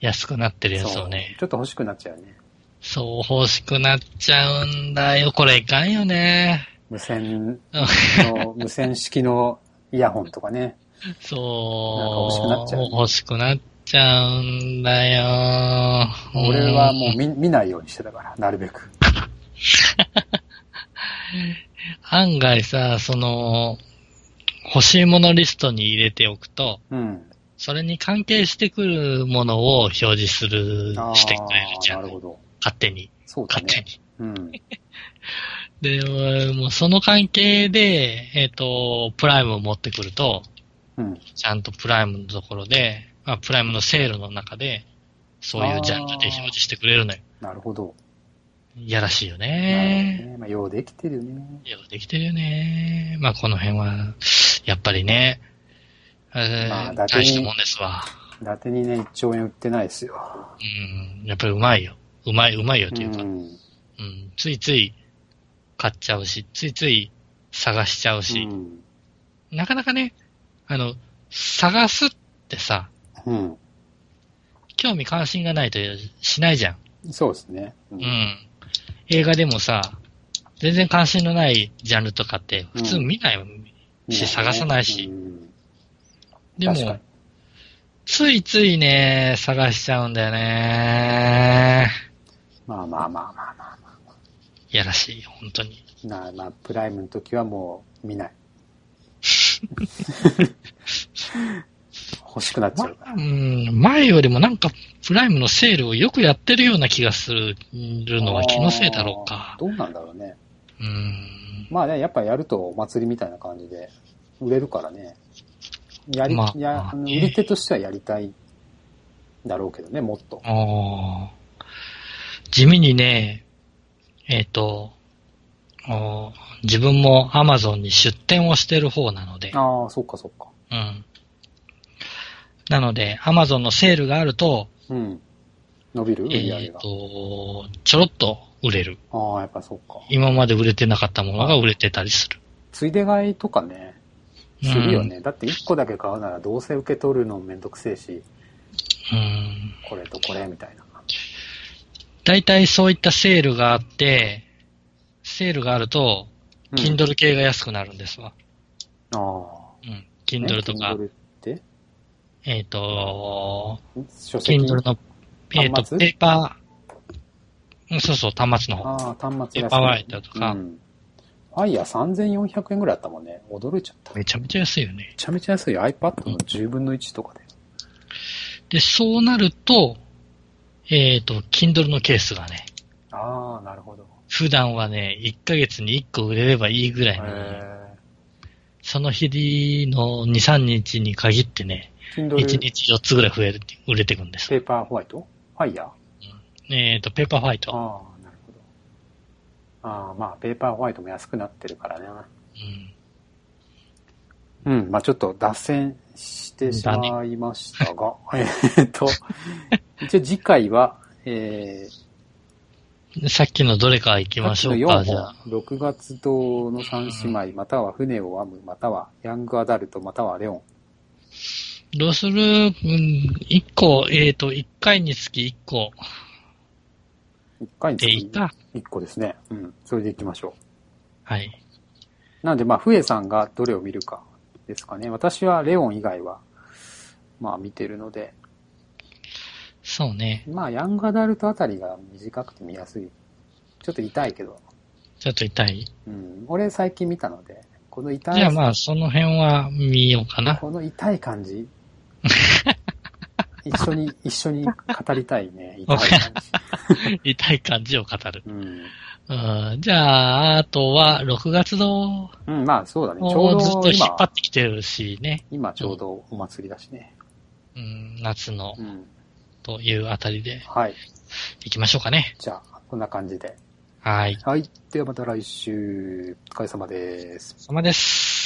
安くなってるやつ
そ
を
う
ね。
ちょっと欲しくなっちゃうよね。
そう、欲しくなっちゃうんだよ。これいかんよね。
無線
うん
の、無線式のイヤホンとかね。
そう。
なんか欲しくなっちゃうね
欲しくなっちゃうんだよ。
俺はもう見見ないようにしてたから、なるべく。
案外さ、その、欲しいものリストに入れておくと、
うん。
それに関係してくるものを表示する
あ、あ
してくれるじゃ
なるほ
ん。
ど。
勝手に。
そうだ
勝手
ね。う
に。
ん。
で、俺もうその関係で、えっ、と、プライムを持ってくると、
うん。
ちゃんとプライムのところで、まあ、プライムのセールの中で、そういうジャンルで表示してくれるのよ。
なるほど。
いやらしいよ
なる
ね
ほ。どねまあ、ようできてるよね。
よくできてるよね。まあ、この辺は、やっぱりね、え
まあ
ー
だてに
大したもんですわ。
伊達にね、1兆円売ってないですよ。
うん、やっぱりうまいよ。うまい、うまいよと
う
いうか、うん、
ん。
ついつい買っちゃうし、ついつい探しちゃう
う
し、
ん。
なかなかね、あの、探すってさ、
うん。
興味関心がないとしないじゃん。
そうですね。う
う。ん。映画でもさ、全然関心のないジャンルとかって普通見ないもん。し探さないし
うん
で
確かに
も、ついついね、探しちゃうんだよね。
まあまあまあまあまあま
いやらしい、本当に。
あ。なまあ、プライムの時はもう見ない。欲しくなっちゃうから。
うん、前よりもなんか、プライムのセールをよくやってるような気がするのは気のせいだろう
あ
か
ー。どうなんだろうね。
うん。
まあね、やっぱやるとお祭りみたいな感じで売れるからね。やり、
まあ
や、あの売り手としてはやりたいだろうけどね、もっと。
あー地味にね、えっ、と、あー自分も Amazon に出店をしてる方なので、
ああ、そっかそっか。
うん。なので、Amazon のセールがあると、
うん。伸びる売り上
え
げ
っ、
が。
と、ちょろっと売れる。
ああ、やっぱそっか。
今まで売れてなかったものが売れてたりする。
ついで買いとかね、するよね。だって1個だけ買うならどうせ受け取るのめんどくせえし、
うん。
これとこれみたいな。
大体そういったセールがあって、セールがあると、
ル。
Kindle 系が安くなるんですわ。
ああ。
うん。Kindle とか
ね、Kindle って
えっ、と、
書籍
Kindle の、えっ、
端末
と、ペーパー、うんそうそう、端末の方。
ああ、端末
ペー
安
パー
い
ワイトとか、
うん。ファイヤー3400円ぐらいあったもんね。驚いちゃった。め
めちゃめちゃ安いよね。
ちゃめちゃ安いよ。iPad の10分の1とかで。
で、そうなると、えっ、と、Kindle のケースがね、
ああ、なるほど。
普段はね、1ヶ月に1個売れればいいぐら
へ
いの、
え。
その日の2、3日に限ってね、1
Kindle
日4つぐらい増えるって、売れてくんです
ペ。ーパーホワイトファイヤーあ
えっ、と、ペーパーファイ
あ
ト。、
なるほど。ああ、まあ、ペーパーホワイトも安くなってるからね。
うん
うん、まあちょっと脱線してしまいましたが、 えーっと、一応次回は、えー、
でさっきのどれか行きましょう
さっ
か、
き
じ
の
ゃ
4
あ。
本、6月堂の三姉妹、または船を編む、またはヤングアダルト、またはレオン。
どうするうん、1個、えっ、と、1回につき1個
1回につ
でいい
き
か。
1個ですね。うん、それでいきましょ
はい。
う。なんで、まあ、ふえさんがどれを見るかですかね。私はレオン以外は、まあ見てるので、
そうね。
まあヤングアダルトあたりが短くて見やすい。ちょっと痛いけど、
ちょっと痛い。
うん、俺最近見たので、この痛い
じゃあまあ、その辺は見ようかな。
この痛い感 じ。一緒に、一緒に語りたい ね。痛い感じ。
痛い感じを語る。
うん。
うん、じゃあ、あとは、6月の
うん、まあそうだね。ちょ
をずっ
う
と
ど
引っ張
今
っ、てきてるしね。
今ちょうどお祭りだしね。
ううん、夏の
うん。
というあたりで
はい。
行きましょうかね。
じゃあ、こんな感じで。
はい。
はい。ではまた来週、お疲れ様です。
お疲れ様です。